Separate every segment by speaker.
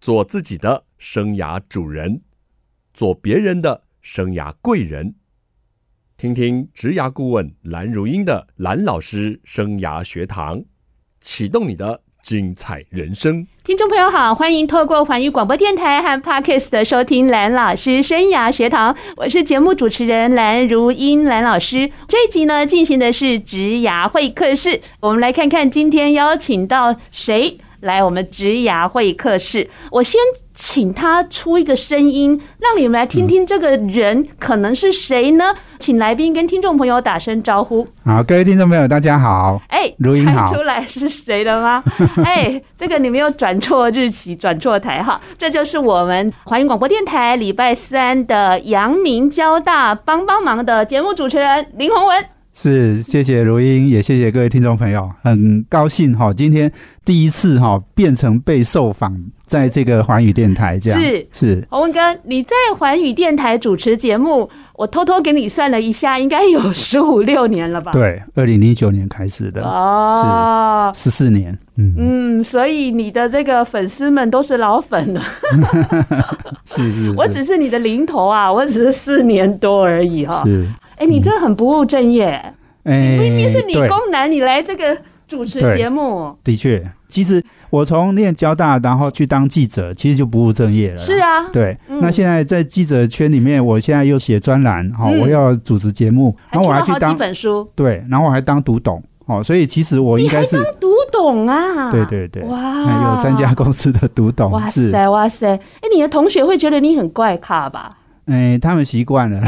Speaker 1: 做自己的生涯主人，做别人的生涯贵人。听听职涯顾问蓝如英的蓝老师生涯学堂，启动你的精彩人生。
Speaker 2: 听众朋友好，欢迎透过环宇广播电台和 Podcast 的收听蓝老师生涯学堂，我是节目主持人蓝如英蓝老师。这一集呢进行的是职涯会客室，我们来看看今天邀请到谁来我们职涯会客室。我先请他出一个声音，让你们来听听这个人可能是谁呢？请来宾跟听众朋友打声招呼。
Speaker 3: 好，各位听众朋友，大家好。
Speaker 2: 哎，
Speaker 3: 如英
Speaker 2: 猜
Speaker 3: 好
Speaker 2: 出来是谁了 吗？哎，这个你没有转错日期，转错台哈。这就是我们华语广播电台礼拜三的阳明交大帮帮忙的节目主持人林宏文。
Speaker 3: 是，谢谢如英，也谢谢各位听众朋友，很高兴哈、今天第一次哈、变成被受访，在这个环宇电台这样
Speaker 2: 是
Speaker 3: 是
Speaker 2: 宏文哥，你在环宇电台主持节目，我偷偷给你算了一下，应该有十五六年了吧？，
Speaker 3: 对，二零零九年开始的，
Speaker 2: 哦。
Speaker 3: 十四年，嗯，
Speaker 2: 啊嗯，所以你的这个粉丝们都是老粉 了，
Speaker 3: 是是
Speaker 2: 我
Speaker 3: 是
Speaker 2: 只是你的零头啊，我只是四年多而已哈、
Speaker 3: 是，
Speaker 2: 哎、你真的很不务正业、
Speaker 3: 哎，
Speaker 2: 明明是理
Speaker 3: 对
Speaker 2: 工男，你来这个主持节目，
Speaker 3: 的确，其实我从念交大，然后去当记者，其实就不务正业了啦。
Speaker 2: 是啊，
Speaker 3: 对，
Speaker 2: 嗯
Speaker 3: 那现在在记者圈里面，我现在又写专栏，好、
Speaker 2: 嗯
Speaker 3: 我要主持节目，
Speaker 2: 还
Speaker 3: 然后
Speaker 2: 出
Speaker 3: 我还
Speaker 2: 了
Speaker 3: 去
Speaker 2: 好
Speaker 3: 当
Speaker 2: 几本书，
Speaker 3: 对，然后我还当读懂哦，所以其实我应该是
Speaker 2: 读懂啊，
Speaker 3: 对对对，
Speaker 2: 哇，
Speaker 3: 那有三家，公司的读懂
Speaker 2: 啊哇
Speaker 3: 是，
Speaker 2: 塞哇塞，哎，你的同学会觉得你很怪咖吧？
Speaker 3: 哎、他们习惯了，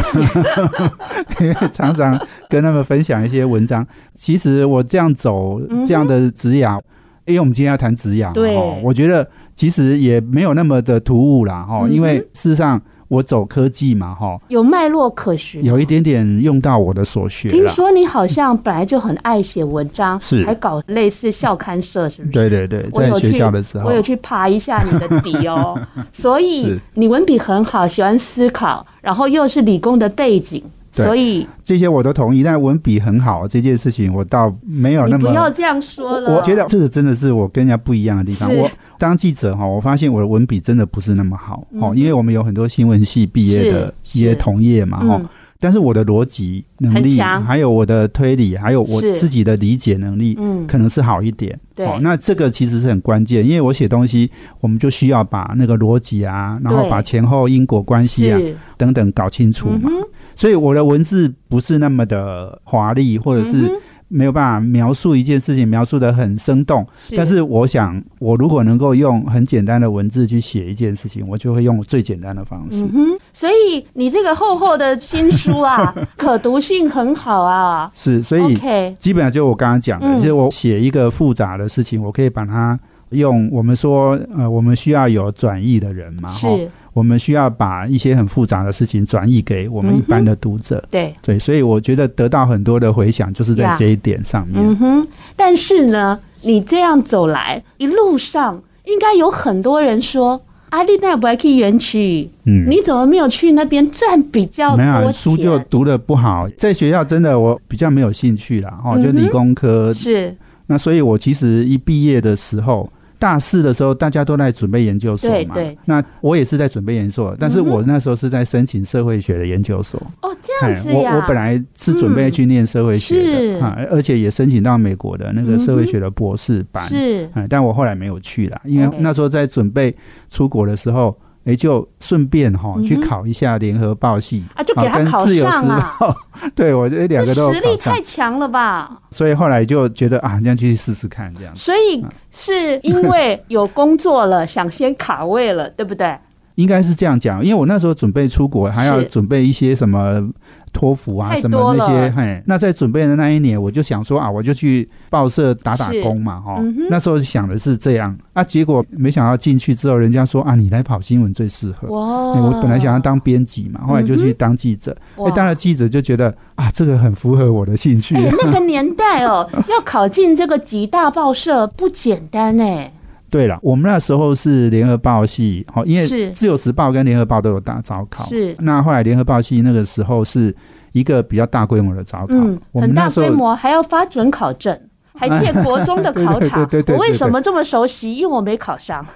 Speaker 3: 因为常常跟他们分享一些文章。其实我这样走
Speaker 2: 嗯哼
Speaker 3: 这样的职涯，因为我们今天要谈职涯嘛，
Speaker 2: 对
Speaker 3: 哦，我觉得其实也没有那么的突兀啦，哈、
Speaker 2: 嗯
Speaker 3: 哦，
Speaker 2: 哼
Speaker 3: 因为事实上我走科技嘛，哈、哦，
Speaker 2: 有脉络可循，
Speaker 3: 有一。点点用到我的所学
Speaker 2: 听
Speaker 3: 啦。
Speaker 2: 说你好像本来就很爱写文章，
Speaker 3: 是
Speaker 2: 还搞类似校刊社，是不是？
Speaker 3: 对对对，
Speaker 2: 我
Speaker 3: 在
Speaker 2: 有
Speaker 3: 学
Speaker 2: 去
Speaker 3: 校的时候
Speaker 2: 我有，去爬一下你的底 哦。所以
Speaker 3: 是
Speaker 2: 你文笔很好，喜欢思考，然后又是理工的背景，
Speaker 3: 对
Speaker 2: 所以
Speaker 3: 这些我都同意，但文笔很好这件事情，我倒没有
Speaker 2: 你
Speaker 3: 哦那么
Speaker 2: 不要这样说了。
Speaker 3: 我觉得这个真的是我跟人家不一样的地方。
Speaker 2: 是
Speaker 3: 我当记者哈，我发现我的文笔真的不是那么好哦，因为我们有很多新闻系毕业的
Speaker 2: 嗯是
Speaker 3: 一些
Speaker 2: 是
Speaker 3: 同业嘛哈
Speaker 2: 嗯，
Speaker 3: 但是我的逻辑能
Speaker 2: 很
Speaker 3: 力，
Speaker 2: 强
Speaker 3: 还有我的推理，还有我
Speaker 2: 是
Speaker 3: 自己的理解能力，
Speaker 2: 嗯
Speaker 3: 可能是好一点。
Speaker 2: 对
Speaker 3: 哦，那这个其实是很关键，因为我写东西，我们就需要把那个逻辑啊，然后
Speaker 2: 对
Speaker 3: 把前后因果关系啊
Speaker 2: 是嗯
Speaker 3: 等等搞清楚嘛。所以我的文字不是那么的华丽，或者
Speaker 2: 嗯
Speaker 3: 是
Speaker 2: 哼
Speaker 3: 没有办法描述一件事情描述的很生动。但是我想，我如果能够用很简单的文字去写一件事情，我就会用最简单的方式。
Speaker 2: 嗯哼，所以你这个厚厚的新书 啊，可读性很好啊。
Speaker 3: 是，所以
Speaker 2: OK，
Speaker 3: 基本上就我刚刚讲的，
Speaker 2: 嗯
Speaker 3: 就是我写一个复杂的事情，我可以把它用我们说，呃，我们需要有转译的人嘛，吼
Speaker 2: 是
Speaker 3: 我们需要把一些很复杂的事情转译给我们一般的读者。
Speaker 2: 对，
Speaker 3: 对，所以我觉得得到很多的回响，就是在
Speaker 2: 呀
Speaker 3: 这一点上面。
Speaker 2: 嗯哼。但是呢，你这样走来，一路上应该有很多人说。阿丽奈不爱去园区，
Speaker 3: 嗯
Speaker 2: 你怎么没有去那边赚比较
Speaker 3: 没
Speaker 2: 多
Speaker 3: 有啊书就
Speaker 2: 钱？
Speaker 3: 读的不好，在学校真的我比较没有兴趣啦，哦，就
Speaker 2: 嗯哼
Speaker 3: 理工科。
Speaker 2: 是
Speaker 3: 那所以我其实一毕业的时候，大四的时候，大家都在准备研究所
Speaker 2: 对
Speaker 3: 嘛。
Speaker 2: 对
Speaker 3: 那我也是在准备研究所，但是
Speaker 2: 嗯哼
Speaker 3: 我那时候是在申请社会学的研究所。
Speaker 2: 哦，这样子
Speaker 3: 哎我
Speaker 2: 呀。
Speaker 3: 我本来是准备去念社会学
Speaker 2: 嗯
Speaker 3: 的、啊，而且也申请到美国的那个社
Speaker 2: 嗯
Speaker 3: 会
Speaker 2: 哼
Speaker 3: 学的博士班。
Speaker 2: 是
Speaker 3: 哎，但我后来没有去啦，因为
Speaker 2: OK
Speaker 3: 那时候在准备出国的时候，哎，就顺便哈、
Speaker 2: 嗯哼
Speaker 3: 去考一下联合报系，
Speaker 2: 啊就给他
Speaker 3: 哦跟
Speaker 2: 考
Speaker 3: 自由
Speaker 2: 上
Speaker 3: 时
Speaker 2: 啊
Speaker 3: 报，对我觉得两
Speaker 2: 这
Speaker 3: 个都有
Speaker 2: 实力
Speaker 3: 考上
Speaker 2: 太，强了吧？
Speaker 3: 所以后来就觉得啊，这样去试试看，这样
Speaker 2: 所以是因为有工作了，想先卡位了，对不对？
Speaker 3: 应该是这样讲，因为我那时候准备出国，还要
Speaker 2: 是
Speaker 3: 准备一些什么。托福啊，
Speaker 2: 太
Speaker 3: 什
Speaker 2: 多
Speaker 3: 么那些，
Speaker 2: 了
Speaker 3: 嘿，那在准备的那一年，我就想说啊，我就去报社打打
Speaker 2: 是
Speaker 3: 工嘛，哈、
Speaker 2: 嗯哼
Speaker 3: 那时候想的是这样，啊，结果没想到进去之后，人家说啊，你来跑新闻最适合，
Speaker 2: 哇！
Speaker 3: 欸我本来想要当编辑嘛，后来就去当记者。哎、
Speaker 2: 哦嗯哇
Speaker 3: 当了记者就觉得啊，这个很符合我的 兴趣。
Speaker 2: 哎、那个年代哦， 要考进这个几大报社不简单哎、
Speaker 3: 对了，我们那时候是联合报系，好，因为
Speaker 2: 是
Speaker 3: 《自由时报》跟《联合报》都有大招考。
Speaker 2: 是
Speaker 3: 那后来联合报系那个时候是一个比较大规模的招考，
Speaker 2: 嗯，
Speaker 3: 我
Speaker 2: 很
Speaker 3: 们
Speaker 2: 大
Speaker 3: 那时
Speaker 2: 规
Speaker 3: 候
Speaker 2: 模，还要发准考证，还借国中 的考场。
Speaker 3: 对对对对对对
Speaker 2: 我为什么这么熟悉？因为我没考上。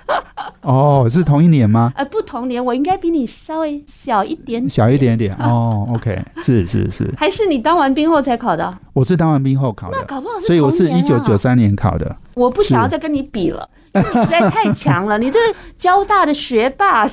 Speaker 3: 哦，是同一年吗？
Speaker 2: 呃，不同年，我应该比你稍微小一点点
Speaker 3: 小一，点点哦，OK，是是是，
Speaker 2: 还是你当完兵后才考的？
Speaker 3: 我是当完兵后考
Speaker 2: 那
Speaker 3: 的，
Speaker 2: 搞不好是、同
Speaker 3: 所以我是
Speaker 2: 年啊
Speaker 3: 一九九三年考的。
Speaker 2: 我不想要再跟你比了，因为你实在太强 了，你这个交大的学霸，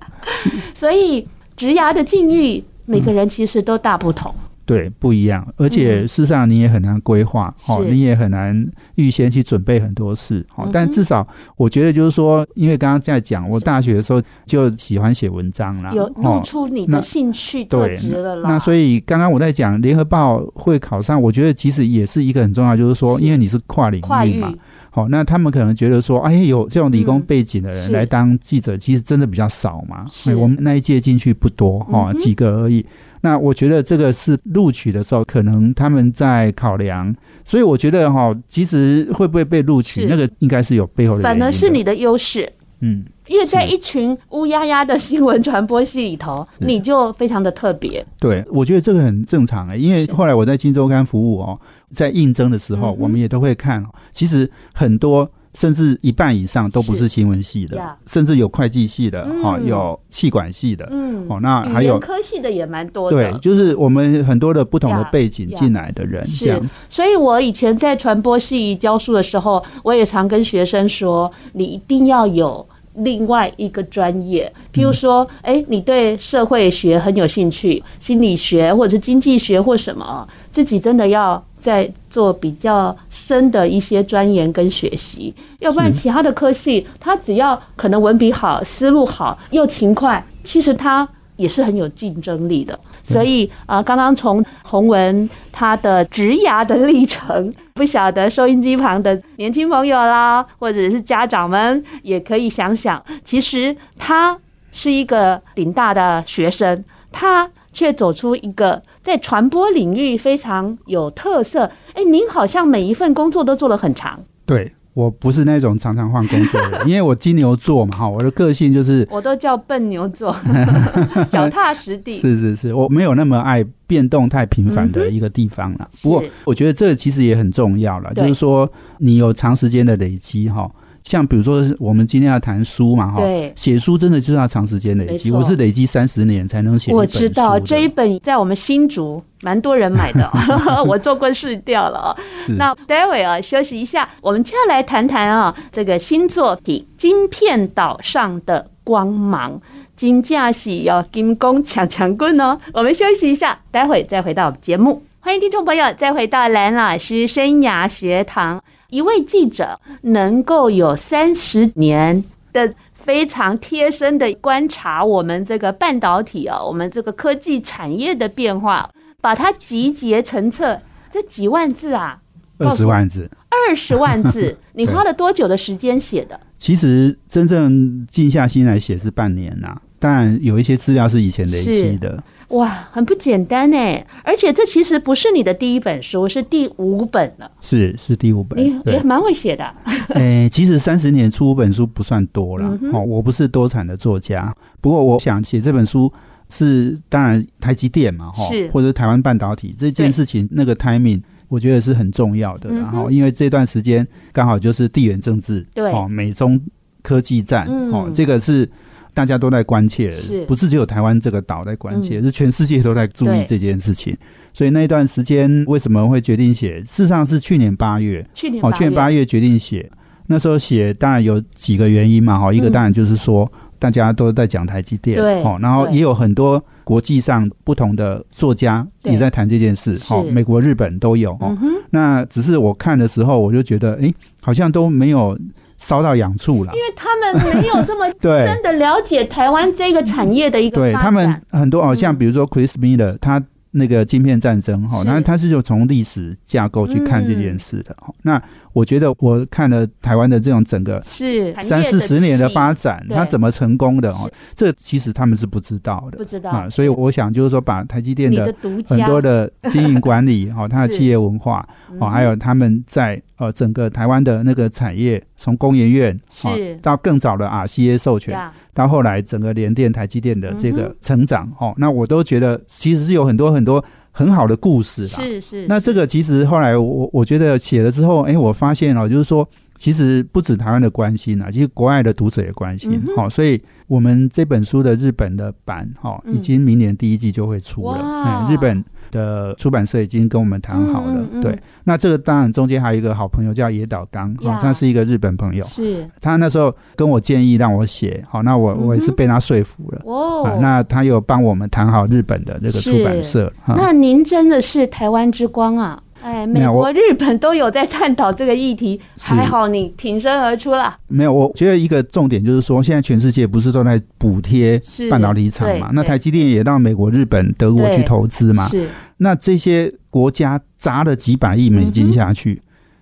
Speaker 2: 所以职涯的境遇，每个人其实都大不同。
Speaker 3: 对，不一样，而且事实上你也很难规划，哦，
Speaker 2: 嗯是
Speaker 3: 你也很难预先去准备很多事，
Speaker 2: 嗯
Speaker 3: 哦
Speaker 2: 哼，
Speaker 3: 但至少我觉得就是说，因为刚刚在讲，我大学的时候就喜欢写文章啦，
Speaker 2: 有露
Speaker 3: 哦，
Speaker 2: 出你的
Speaker 3: 那
Speaker 2: 兴趣特
Speaker 3: 对
Speaker 2: 质了啦。
Speaker 3: 那所以刚刚我在讲联合报会考上，我觉得其实也是一个很重要，就是说，
Speaker 2: 是
Speaker 3: 因为你是跨领
Speaker 2: 跨
Speaker 3: 域
Speaker 2: 域
Speaker 3: 嘛，好、那他们可能觉得说，哎，有这种理工
Speaker 2: 嗯
Speaker 3: 背景的
Speaker 2: 是
Speaker 3: 人来当记者，其实真的比较少嘛。
Speaker 2: 是
Speaker 3: 哎我们那一届进去不多
Speaker 2: 嗯
Speaker 3: 哦，
Speaker 2: 哼
Speaker 3: 几个而已。那我觉得这个是录取的时候，可能他们在考量，所以我觉得哈、其实会不会被录取
Speaker 2: 是，
Speaker 3: 那个应该是有背后的原因
Speaker 2: 反
Speaker 3: 的
Speaker 2: 而是你的优势，
Speaker 3: 嗯，
Speaker 2: 因为在
Speaker 3: 是
Speaker 2: 一群乌压压的新闻传播系里头，
Speaker 3: 是
Speaker 2: 你就非常的特别。
Speaker 3: 对，我觉得这个很正常的、因为
Speaker 2: 是
Speaker 3: 后来我在金周刊服务哦，在应征的时候
Speaker 2: 嗯，哼
Speaker 3: 我们也都会看、哦，其实很多。甚至一半以上都不
Speaker 2: 是
Speaker 3: 是新闻系的
Speaker 2: 呀
Speaker 3: 甚至有会计系的，哈、
Speaker 2: 嗯
Speaker 3: 有气管系的，
Speaker 2: 嗯，
Speaker 3: 哦，那还
Speaker 2: 语言
Speaker 3: 有
Speaker 2: 科系的也蛮多的。
Speaker 3: 对，就是我们很多的不同的
Speaker 2: 呀
Speaker 3: 背景
Speaker 2: 呀
Speaker 3: 进来的人
Speaker 2: 是
Speaker 3: 这样子，
Speaker 2: 所以我以前在传播系教书的时候，我也常跟学生说，你一定要有。另外一个专业，譬如说，
Speaker 3: 嗯
Speaker 2: 哎、你对社会学很有兴趣，心理学或者是经济学或什么，自己真的要再做比较深的一些钻研跟学习，要不然其他的科系，他只要可能文笔好、思路好又勤快，其实他也是很有竞争力的。所以呃，刚刚从洪文他的职涯的历程，不晓得收音机旁的年轻朋友啦，或者是家长们，也可以想想，其实他是一个顶大的学生，他却走出一个在传播领域非常有特色。哎，您好像每一份工作都做了很长，
Speaker 3: 对。我不是那种常常换工作的 人，因为我金牛座嘛，哈，我的个性就是
Speaker 2: 我都叫笨牛座， 脚踏实地。嗯
Speaker 3: 是是是，我没有那么爱变动太频繁的一个地方啦。不过
Speaker 2: 是
Speaker 3: 我觉得这个其实也很重要了，
Speaker 2: 对
Speaker 3: 就是说你有长时间的累积哈，像比如说我们今天要谈书嘛哈，
Speaker 2: 对
Speaker 3: 写书真的就是要长时间累积，
Speaker 2: 没错
Speaker 3: 我是累积三十年才能写一
Speaker 2: 我
Speaker 3: 本
Speaker 2: 知道
Speaker 3: 书的
Speaker 2: 这一本在我们新竹蛮多人买 的哦，我做过试调了哦。
Speaker 3: 是
Speaker 2: 那待会啊休息一下，我们就要来谈谈啊这个新作品《晶片岛上的光芒》，金价喜要金工抢抢棍哦。我们休息一下，待会再回到我们节目。欢迎听众朋友再回到蓝老师生涯学堂。一位记者能够有三十年的非常贴身的观察我们这个半导体啊，我们这个科技产业的变化，把它集结成册，这几万字 啊，
Speaker 3: 二十万字。
Speaker 2: 二十万字，你花了多久的时间写的？
Speaker 3: 其实真正静下心来写是半年呐、当然有一些资料是以前累积的，
Speaker 2: 哇，很不简单哎！而且这其实不是你的第一本书，是第五本了，
Speaker 3: 是是第五本
Speaker 2: 你。也
Speaker 3: 对，
Speaker 2: 蛮会写的。
Speaker 3: 诶、其实三十年出五本书不算多
Speaker 2: 嗯
Speaker 3: 啦。哦，我不是多产的作家，不过我想写这本书是当然台积电嘛，哈
Speaker 2: 是，
Speaker 3: 或者台湾半导体这件
Speaker 2: 对
Speaker 3: 事情那个 timing。我觉得是很重要的啦，
Speaker 2: 嗯
Speaker 3: 然
Speaker 2: 哼
Speaker 3: 后、因为这段时间刚好就是地缘政治，
Speaker 2: 对
Speaker 3: 哦，美中科技战，
Speaker 2: 嗯
Speaker 3: 哦，这个是大家都在关切的，
Speaker 2: 是
Speaker 3: 不是只有台湾这个岛在关切，
Speaker 2: 嗯
Speaker 3: 是全世界都在注
Speaker 2: 对
Speaker 3: 意这件事情。所以那一段时间为什么会决定写？事实上是去年八月，
Speaker 2: 去年
Speaker 3: 哦，去年
Speaker 2: 八
Speaker 3: 八月决定写，那时候写当然有几个原因嘛，哈，一个
Speaker 2: 嗯
Speaker 3: 当然就是说、大家都在讲台积电，
Speaker 2: 对
Speaker 3: 哦，然后
Speaker 2: 对
Speaker 3: 也有很多国际上不同的作家
Speaker 2: 对
Speaker 3: 也在谈这件事，
Speaker 2: 是
Speaker 3: 哦，美国、日本都有，哦，
Speaker 2: 嗯哼，
Speaker 3: 那只是我看的时候我就觉得，诶，好像都没有烧到痒处啦。
Speaker 2: 因为他们没有这么
Speaker 3: 对
Speaker 2: 深的了解台湾这个产业的一个
Speaker 3: 对
Speaker 2: 发
Speaker 3: 他们
Speaker 2: 展，
Speaker 3: 很多哦，
Speaker 2: 嗯
Speaker 3: 像比如说 Chris Miller，他那个晶片战争哈，
Speaker 2: 是嗯
Speaker 3: 那他是就从历史架构去看这件事的。哦那我觉得我看了台湾的这种整个
Speaker 2: 是产
Speaker 3: 三
Speaker 2: 业
Speaker 3: 四十年的
Speaker 2: 戏
Speaker 3: 发展，
Speaker 2: 对
Speaker 3: 它怎么成功的
Speaker 2: 是
Speaker 3: 哦？这其实他们是不知道
Speaker 2: 不
Speaker 3: 的
Speaker 2: 知道
Speaker 3: 啊。所以我想就是说，把台积电
Speaker 2: 你
Speaker 3: 的
Speaker 2: 独家
Speaker 3: 很多的经营管理哦，它的
Speaker 2: 是
Speaker 3: 企业文化
Speaker 2: 嗯
Speaker 3: 哦，还有他们在呃整个台湾的那个产业，从工研院哦
Speaker 2: 是
Speaker 3: 到更早的 RCA 授权，
Speaker 2: 呀
Speaker 3: 到后来整个联电、台积电的这
Speaker 2: 嗯
Speaker 3: 个成长、哦，那我都觉得其实是有很多很多很好的故事啦。
Speaker 2: 是是，
Speaker 3: 那这个其实后来我我觉得写了之后，哎，我发现哦，就是说，其实不止台湾的关心啊，其实国外的读者也关心
Speaker 2: 嗯。哼
Speaker 3: 好、所以我们这本书的日本的版，哈、哦，
Speaker 2: 嗯
Speaker 3: 已经明年第一季就会出了。哎
Speaker 2: 哇
Speaker 3: 日本的出版社已经跟我们谈好了。
Speaker 2: 嗯嗯
Speaker 3: 对，那这个当然中间还有一个好朋友叫野岛刚，好、
Speaker 2: 呀
Speaker 3: 他是一个日本朋友，
Speaker 2: 是
Speaker 3: 他那时候跟我建议让我写，好、那我我也是被他说服了。
Speaker 2: 嗯哦、
Speaker 3: 啊，那他有帮我们谈好日本的这个出版社，啊
Speaker 2: 那您真的是台湾之光啊！哎，
Speaker 3: 没
Speaker 2: 美
Speaker 3: 有
Speaker 2: 国、
Speaker 3: 我
Speaker 2: 日本都有在探讨这个议题，
Speaker 3: 是
Speaker 2: 还好你挺身而出了。
Speaker 3: 没有，我觉得一个重点就是说，现在全世界不是都在补贴
Speaker 2: 是
Speaker 3: 半导体厂嘛
Speaker 2: 对？
Speaker 3: 那
Speaker 2: 对
Speaker 3: 台积电也到美国、日本、德国
Speaker 2: 对
Speaker 3: 去投资嘛？
Speaker 2: 是
Speaker 3: 那这些国家砸了几百亿美金下
Speaker 2: 嗯
Speaker 3: 去，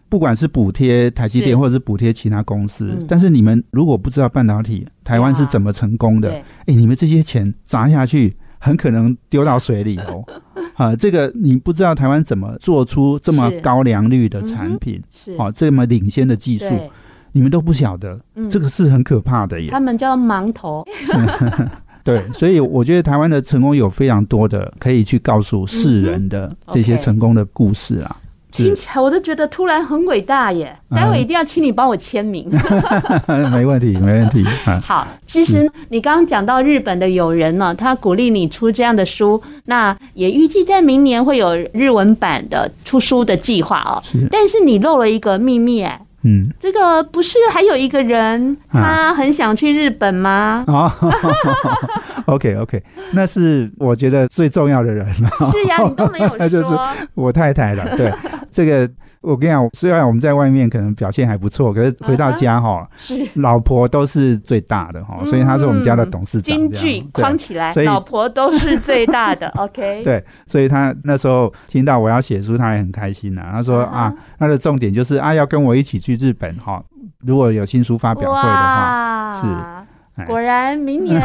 Speaker 3: 不管是补贴台积
Speaker 2: 是
Speaker 3: 电或者是补贴其他公司，
Speaker 2: 嗯
Speaker 3: 但是你们如果不知道半导体台湾是怎么成功的，
Speaker 2: 对，
Speaker 3: 哎、你们这些钱砸下去，很可能丢到水里 哦。啊，这个你不知道台湾怎么做出这么
Speaker 2: 是
Speaker 3: 高良率的
Speaker 2: 嗯
Speaker 3: 产
Speaker 2: 哼
Speaker 3: 品，
Speaker 2: 是
Speaker 3: 哦、这么领先的技术，
Speaker 2: 对
Speaker 3: 你们都不晓得，
Speaker 2: 嗯
Speaker 3: 这个是很可怕的耶。
Speaker 2: 他们叫盲头，哎
Speaker 3: 对，所以我觉得台湾的成功有非常多的可以去告诉世人
Speaker 2: 嗯
Speaker 3: 的这些
Speaker 2: OK
Speaker 3: 成功的故事啊。
Speaker 2: 听
Speaker 3: 是，
Speaker 2: 起来我都觉得突然很伟大耶！
Speaker 3: 嗯
Speaker 2: 待会一定要请你帮我签名。
Speaker 3: 哎没 问题，没问题啊。
Speaker 2: 好，其实你刚刚讲到日本的友人呢、他鼓励你出这样的书，那也预计在明年会有日文版的出书的计划哦。
Speaker 3: 是，
Speaker 2: 但是你漏了一个秘密哎，
Speaker 3: 嗯，
Speaker 2: 这个不是还有一个人他很想去日本 吗？
Speaker 3: 啊，OK OK，那是我觉得最重要的人 了，
Speaker 2: 是呀，你都没有说，
Speaker 3: 那就是我太太了。对，这个我跟你讲，虽然我们在外面可能表现还不错，可是回
Speaker 2: 嗯
Speaker 3: 到家哈，
Speaker 2: 是
Speaker 3: 老婆都是最大的哈，所以她是我们家的董事长
Speaker 2: 嗯
Speaker 3: 这样。
Speaker 2: 京剧
Speaker 3: 对
Speaker 2: 框起来，
Speaker 3: 所以
Speaker 2: 老婆都是最大 的。OK，
Speaker 3: 对，所以他那时候听到我要写书，他也很开心呐、他说
Speaker 2: 啊哈
Speaker 3: 啊，他的重点就是啊，要跟我一起去日本哈、如果有新书发表会的话，
Speaker 2: 哇，
Speaker 3: 哎
Speaker 2: 果然明年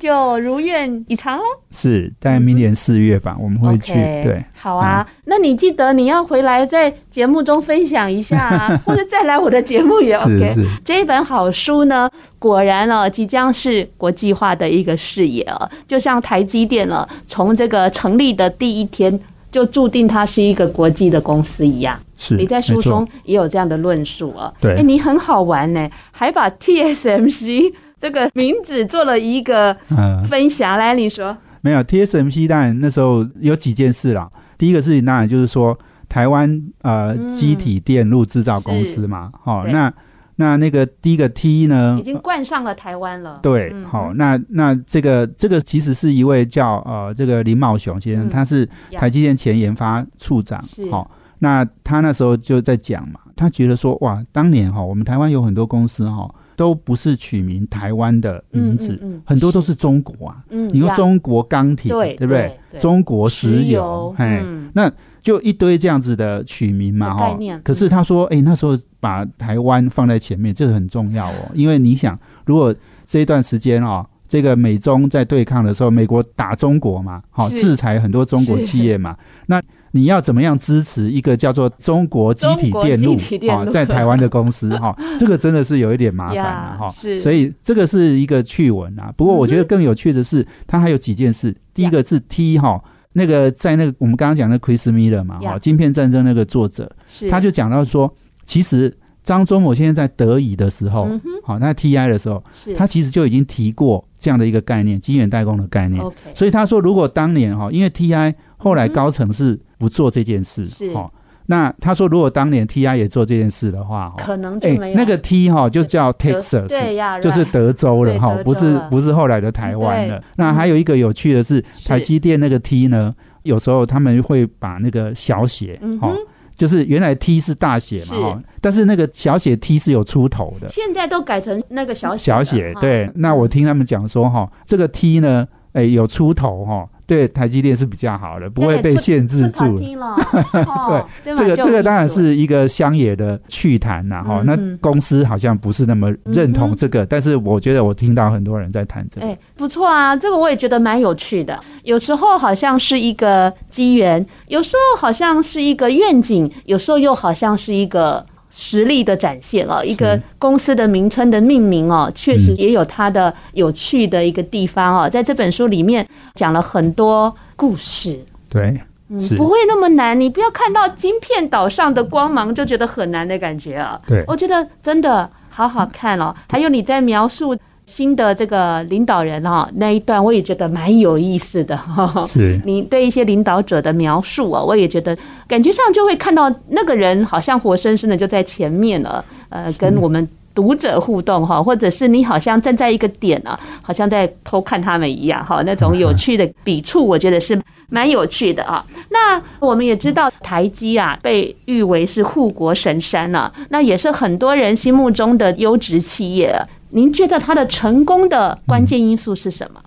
Speaker 2: 就如愿以偿了。
Speaker 3: 是大概明年四月吧，我们会去。
Speaker 2: OK，
Speaker 3: 对，嗯
Speaker 2: 好啊，那你记得你要回来在节目中分享一下 啊，或者再来我的节目也 OK。
Speaker 3: 是是，
Speaker 2: 这一本好书呢，果然哦，即将是国际化的一个视野哦，就像台积电了，从这个成立的第一天。就注定它是一个国际的公司一样，
Speaker 3: 是。
Speaker 2: 你在书
Speaker 3: 没错
Speaker 2: 中也有这样的论述哦。
Speaker 3: 对
Speaker 2: 哎你很好玩呢，还把 TSMC 这个名字做了一个
Speaker 3: 嗯、
Speaker 2: 分享。来，你说，
Speaker 3: 没有 TSMC，当然那时候有几件事啦。第一个事情当然就是说，台湾呃
Speaker 2: 嗯
Speaker 3: 机体电路制造公司嘛，哦，
Speaker 2: 对
Speaker 3: 那那那个第一个 T 呢
Speaker 2: 已，经冠上了台湾了。
Speaker 3: 嗯对
Speaker 2: 嗯，
Speaker 3: 好、
Speaker 2: 嗯
Speaker 3: 那那这个这个其实是一位叫呃这个林茂雄先生，
Speaker 2: 嗯
Speaker 3: 他是
Speaker 2: 呀
Speaker 3: 台积电前研发处长
Speaker 2: 是，
Speaker 3: 好、那他那时候就在讲嘛，他觉得说哇，当年哈、我们台湾有很多公司哈、都不是取名台湾的名字，
Speaker 2: 嗯嗯嗯
Speaker 3: 很多都是中国啊，
Speaker 2: 嗯
Speaker 3: 你说
Speaker 2: 呀
Speaker 3: 中国钢铁，
Speaker 2: 对
Speaker 3: 不对？
Speaker 2: 对
Speaker 3: 中国石
Speaker 2: 石油
Speaker 3: 油，哎、
Speaker 2: 嗯
Speaker 3: 那就一堆这样子的取名嘛，
Speaker 2: 有
Speaker 3: 哈、
Speaker 2: 概念嗯
Speaker 3: 可是他说，哎、那时候把台湾放在前面，这个很重要哦，因为你想，如果这一段时间哦。这个美中在对抗的时候，美国打中国嘛，好、
Speaker 2: 是
Speaker 3: 制裁很多中国企业嘛。那你要怎么样支持一个叫做中国机体电
Speaker 2: 中
Speaker 3: 路
Speaker 2: 国机体电路
Speaker 3: 啊、在台湾的公司哈、这个真的是有一点麻烦 啊
Speaker 2: 呀
Speaker 3: 了哈、
Speaker 2: 是
Speaker 3: 所以这个是一个趣闻啊。不过我觉得
Speaker 2: 嗯
Speaker 3: 更有趣的是，它还有几件事。第一个是 T 哈、那个在那个我们刚刚讲的 Chris Miller 嘛，哈、
Speaker 2: 呀
Speaker 3: 晶片战争那个作者，
Speaker 2: 是
Speaker 3: 他就讲到说，其实张忠谋先生在德仪的时候
Speaker 2: 嗯，哼
Speaker 3: 好、那 TI 的时候，
Speaker 2: 是
Speaker 3: 他其实就已经提过这样的一个概念，晶圆代工的概念。
Speaker 2: OK 嗯
Speaker 3: 所以他说，如果当年哈，因为 TI 后来高层是不做这件事
Speaker 2: 是，
Speaker 3: 哦，那他说如果当年 TI 也做这件事的话，哈，
Speaker 2: 可能就没有
Speaker 3: 哎那个 T 哈就叫
Speaker 2: 德
Speaker 3: Texas，
Speaker 2: 啊对呀，
Speaker 3: 就是
Speaker 2: right
Speaker 3: 德州了
Speaker 2: 对
Speaker 3: 哈
Speaker 2: 德州，
Speaker 3: 不是
Speaker 2: 了嗯
Speaker 3: 不是后来的台湾了
Speaker 2: 对。嗯
Speaker 3: 那还有一个有趣的是，
Speaker 2: 是
Speaker 3: 台积电那个 T 呢，有时候他们会把那个小写
Speaker 2: 嗯哼
Speaker 3: 哈。就是原来 T 是大写嘛
Speaker 2: 是
Speaker 3: 哈，但是那个小写 T 是有出头的，
Speaker 2: 现在都改成那个小
Speaker 3: 小
Speaker 2: 写
Speaker 3: 写
Speaker 2: 的
Speaker 3: 对
Speaker 2: 哈。嗯
Speaker 3: 那我听他们讲说哈，这个 T 呢，哎有出头哈，对台积电是比较好的，不会
Speaker 2: 对
Speaker 3: 被
Speaker 2: 出
Speaker 3: 限制
Speaker 2: 出团
Speaker 3: 住。
Speaker 2: 体 了，哦对
Speaker 3: 这
Speaker 2: 嘛
Speaker 3: 个
Speaker 2: 就
Speaker 3: 这
Speaker 2: 有
Speaker 3: 个
Speaker 2: 意
Speaker 3: 当然
Speaker 2: 思
Speaker 3: 是一个乡野的趣谈呐哈
Speaker 2: 嗯，
Speaker 3: 那
Speaker 2: 嗯
Speaker 3: 公司好像不是那么认
Speaker 2: 嗯
Speaker 3: 同
Speaker 2: 哼
Speaker 3: 这个，但是我觉得我听到很多人在谈这个
Speaker 2: 哎、。不错啊，这个我也觉得蛮有趣的。有时候好像是一个机缘，有时候好像是一个愿景，有时候又好像是一个实力的展现哦。一个公司的名称的命名哦，确
Speaker 3: 嗯
Speaker 2: 实也有它的有趣的一个地方哦。在这本书里面讲了很多故事。
Speaker 3: 对，
Speaker 2: 嗯
Speaker 3: 是
Speaker 2: 不会那么难。你不要看到晶片岛上的光芒就觉得很难的感觉啊。
Speaker 3: 对
Speaker 2: 我觉得真的好好看哦。还有你在描述新的这个领导人哦那一段，我也觉得蛮有意思的哈、
Speaker 3: 是
Speaker 2: 你对一些领导者的描述啊，我也觉得感觉上就会看到那个人好像活生生的就在前面了，呃，跟我们读者互动哈，或者是你好像站在一个点啊，好像在偷看他们一样哈，那种有趣的笔触，我觉得是蛮有趣的啊。那我们也知道台积啊，被誉为是护国神山了、那也是很多人心目中的优质企业。啊您觉得它的成功的关键因素是什么？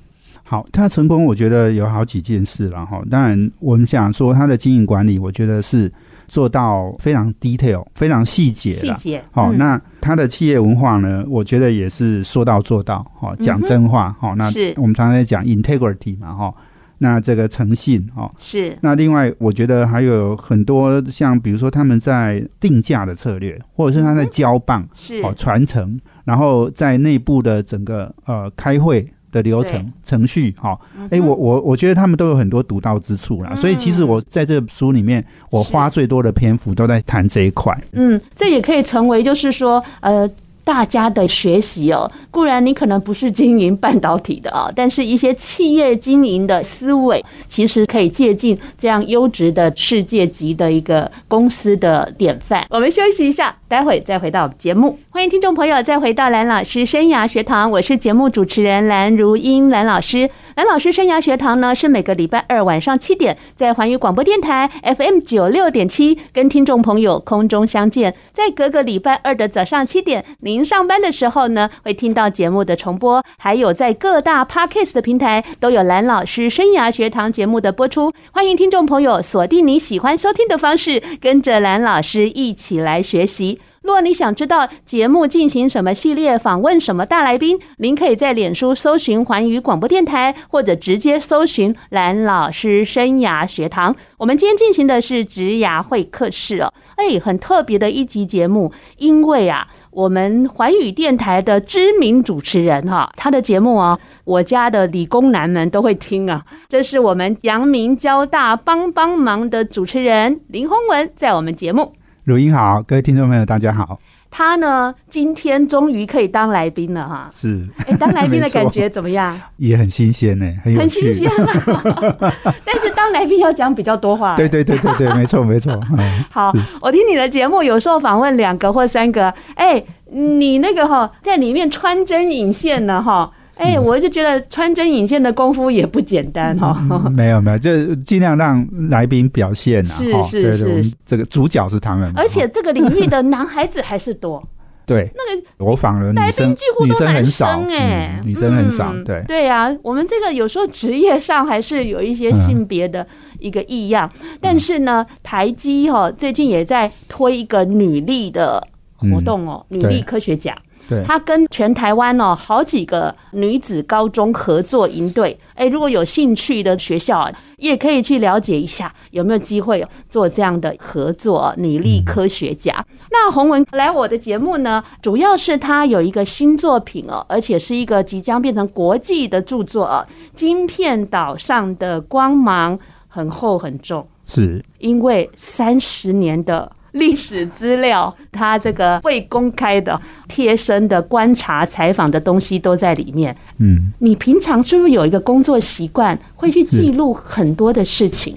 Speaker 3: 好，他成功我觉得有好几件事了哈。当然，我们想说他的经营管理，我觉得是做到非常 detail、非常细节
Speaker 2: 细
Speaker 3: 了。
Speaker 2: 节。
Speaker 3: 好、
Speaker 2: 嗯
Speaker 3: 那他的企业文化呢？我觉得也是说到做到，好、讲真话，好、那
Speaker 2: 嗯是
Speaker 3: 我们常常在讲 integrity 嘛，哈、那这个诚信，哈、
Speaker 2: 是
Speaker 3: 那另外我觉得还有很多像比如说他们在定价的策略，或者是他
Speaker 2: 嗯
Speaker 3: 在交棒，
Speaker 2: 是
Speaker 3: 哦传承，然后在内部的整个呃开会的流程程序，哈、哦，
Speaker 2: 嗯
Speaker 3: 哎、我我我觉得他们都有很多独到之处啦，所以其实我在这书里面，我
Speaker 2: 是
Speaker 3: 花最多的篇幅都在谈这一块，
Speaker 2: 嗯，这也可以成为就是说，呃。大家的学习哦，固然你可能不是经营半导体的啊、但是一些企业经营的思维，其实可以借鉴这样优质的世界级的一个公司的典范。我们休息一下，待会再回到我们节目。欢迎听众朋友再回到蓝老师生涯学堂，我是节目主持人蓝如英，蓝老师。蓝老师生涯学堂呢是每个礼拜二晚上七点在环宇广播电台 FM 九六点七跟听众朋友空中相见，在隔个礼拜二的早上七点，您上班的时候呢会听到节目的重播，还有在各大 Podcast 的平台都有蓝老师生涯学堂节目的播出，欢迎听众朋友锁定你喜欢收听的方式，跟着蓝老师一起来学习。如果你想知道节目进行什么系列访问什么大来宾，您可以在脸书搜寻环宇广播电台，或者直接搜寻蓝老师生涯学堂。我们今天进行的是职涯会客室哦，哎，很特别的一集节目，因为啊，我们环宇电台的知名主持人哈、他的节目啊，我家的理工男们都会听啊。这是我们阳明交大帮帮忙的主持人林宏文在我们节目。
Speaker 3: 如英好，各位听众朋友，大家好，。
Speaker 2: 他呢，今天终于可以当来宾了哈
Speaker 3: 是
Speaker 2: 哎，当来宾的
Speaker 3: 没错
Speaker 2: 感觉怎么样？
Speaker 3: 也很新鲜呢、很有
Speaker 2: 很
Speaker 3: 趣，
Speaker 2: 新鲜啊 但是当来宾要讲比较多话。
Speaker 3: 对对对对对，没错没错， 嗯
Speaker 2: 好，我听你的节目，有时候访问两个或三个，哎，你那个哈、在里面穿针引线呢哈、哎，我就觉得穿针引线的功夫也不简单哈、
Speaker 3: 嗯没有没有，就尽量让来宾表现啊，
Speaker 2: 是
Speaker 3: 哦
Speaker 2: 是
Speaker 3: 对
Speaker 2: 是
Speaker 3: 对，我们这个主角是他们嘛，
Speaker 2: 而且
Speaker 3: 哦
Speaker 2: 这个领域的男孩子还是多，
Speaker 3: 对那个我反而
Speaker 2: 来
Speaker 3: 嗯
Speaker 2: 宾
Speaker 3: 女生
Speaker 2: 几乎
Speaker 3: 女
Speaker 2: 都
Speaker 3: 生
Speaker 2: 男
Speaker 3: 很
Speaker 2: 生
Speaker 3: 少，
Speaker 2: 哎、
Speaker 3: 嗯女生很少，
Speaker 2: 嗯
Speaker 3: 对
Speaker 2: 对啊，我们这个有时候职业上还是有一些
Speaker 3: 嗯
Speaker 2: 性别的一个异样，但是呢，台积哈、最近也在推一个女力的活
Speaker 3: 嗯
Speaker 2: 动哦，女力
Speaker 3: 对
Speaker 2: 科学奖。
Speaker 3: 对，
Speaker 2: 他跟全台湾哦好几个女子高中合作营队，哎，如果有兴趣的学校啊，也可以去了解一下，有没有机会做这样的合作女力科学家。那洪文来我的节目呢，主要是他有一个新作品哦，而且是一个即将变成国际的著作哦，《晶片岛上的光芒》，很厚很重。
Speaker 3: 是
Speaker 2: 因为三十年的历史资料，他这个未公开的、贴身的观察、采访的东西都在里面。
Speaker 3: 嗯。
Speaker 2: 你平常是不是有一个工作习惯，会去记录很多的事情？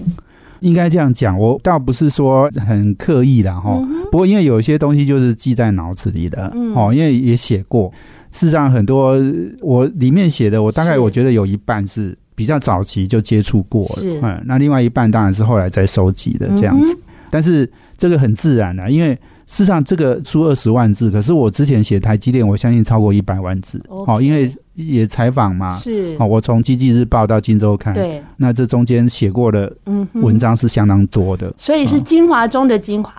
Speaker 3: 应该这样讲，我倒不是说很刻意啦，
Speaker 2: 嗯
Speaker 3: 哈、不过因为有一些东西就是记在脑子里的，哦、因为也写过。事实上，很多呃我里面写的，我大概
Speaker 2: 是
Speaker 3: 我觉得有一半是比较早期就接触过了
Speaker 2: 是，嗯
Speaker 3: 嗯，那另外一半当然是后来再收集的这样子。但是这个很自然啦、啊因为事实上这个书二十万字，可是我之前写台积电，我相信超过一百万字，哦，
Speaker 2: OK
Speaker 3: 因为也采访嘛，
Speaker 2: 是
Speaker 3: 哦，，我从《经济日报》到《金周刊》，
Speaker 2: 对，
Speaker 3: 那这中间写过的
Speaker 2: 嗯哼，
Speaker 3: 哎文章是啊相当多的。
Speaker 2: 所以是精华中的精 华，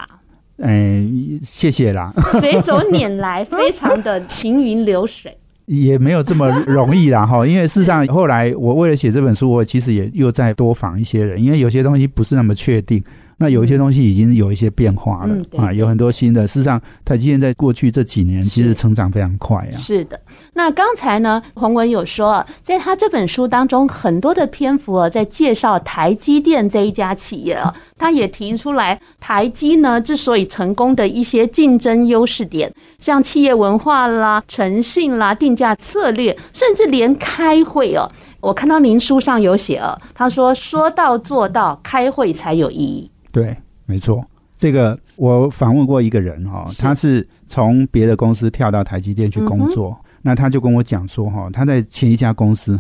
Speaker 3: 哎，谢谢啦，
Speaker 2: 随手拈来，非常的行云流水。
Speaker 3: 也没有这么容易啦 哈。因为事实上，后来我为了写这本书，我其实也又再多访一些人，因为有些东西不是那么确定。那有一些东西已经有一些变化了、
Speaker 2: 嗯对
Speaker 3: 啊，有很多新的。事实上，台积电在过去这几年其
Speaker 2: 是
Speaker 3: 实成长非常快啊。
Speaker 2: 是的，那刚才呢，洪文有说，在他这本书当中，很多的篇幅哦，在介绍台积电这一家企业哦，他也提出来，台积呢之所以成功的一些竞争优势点，像企业文化啦、诚信啦、定价策略，甚至连开会哦，我看到您书上有写哦，他说说到做到，开会才有意义。
Speaker 3: 对，没错。这个我访问过一个人哈、
Speaker 2: 是
Speaker 3: 他是从别的公司跳到台积电去工
Speaker 2: 嗯
Speaker 3: 作，那他就跟我讲说哈、他在前一家公司，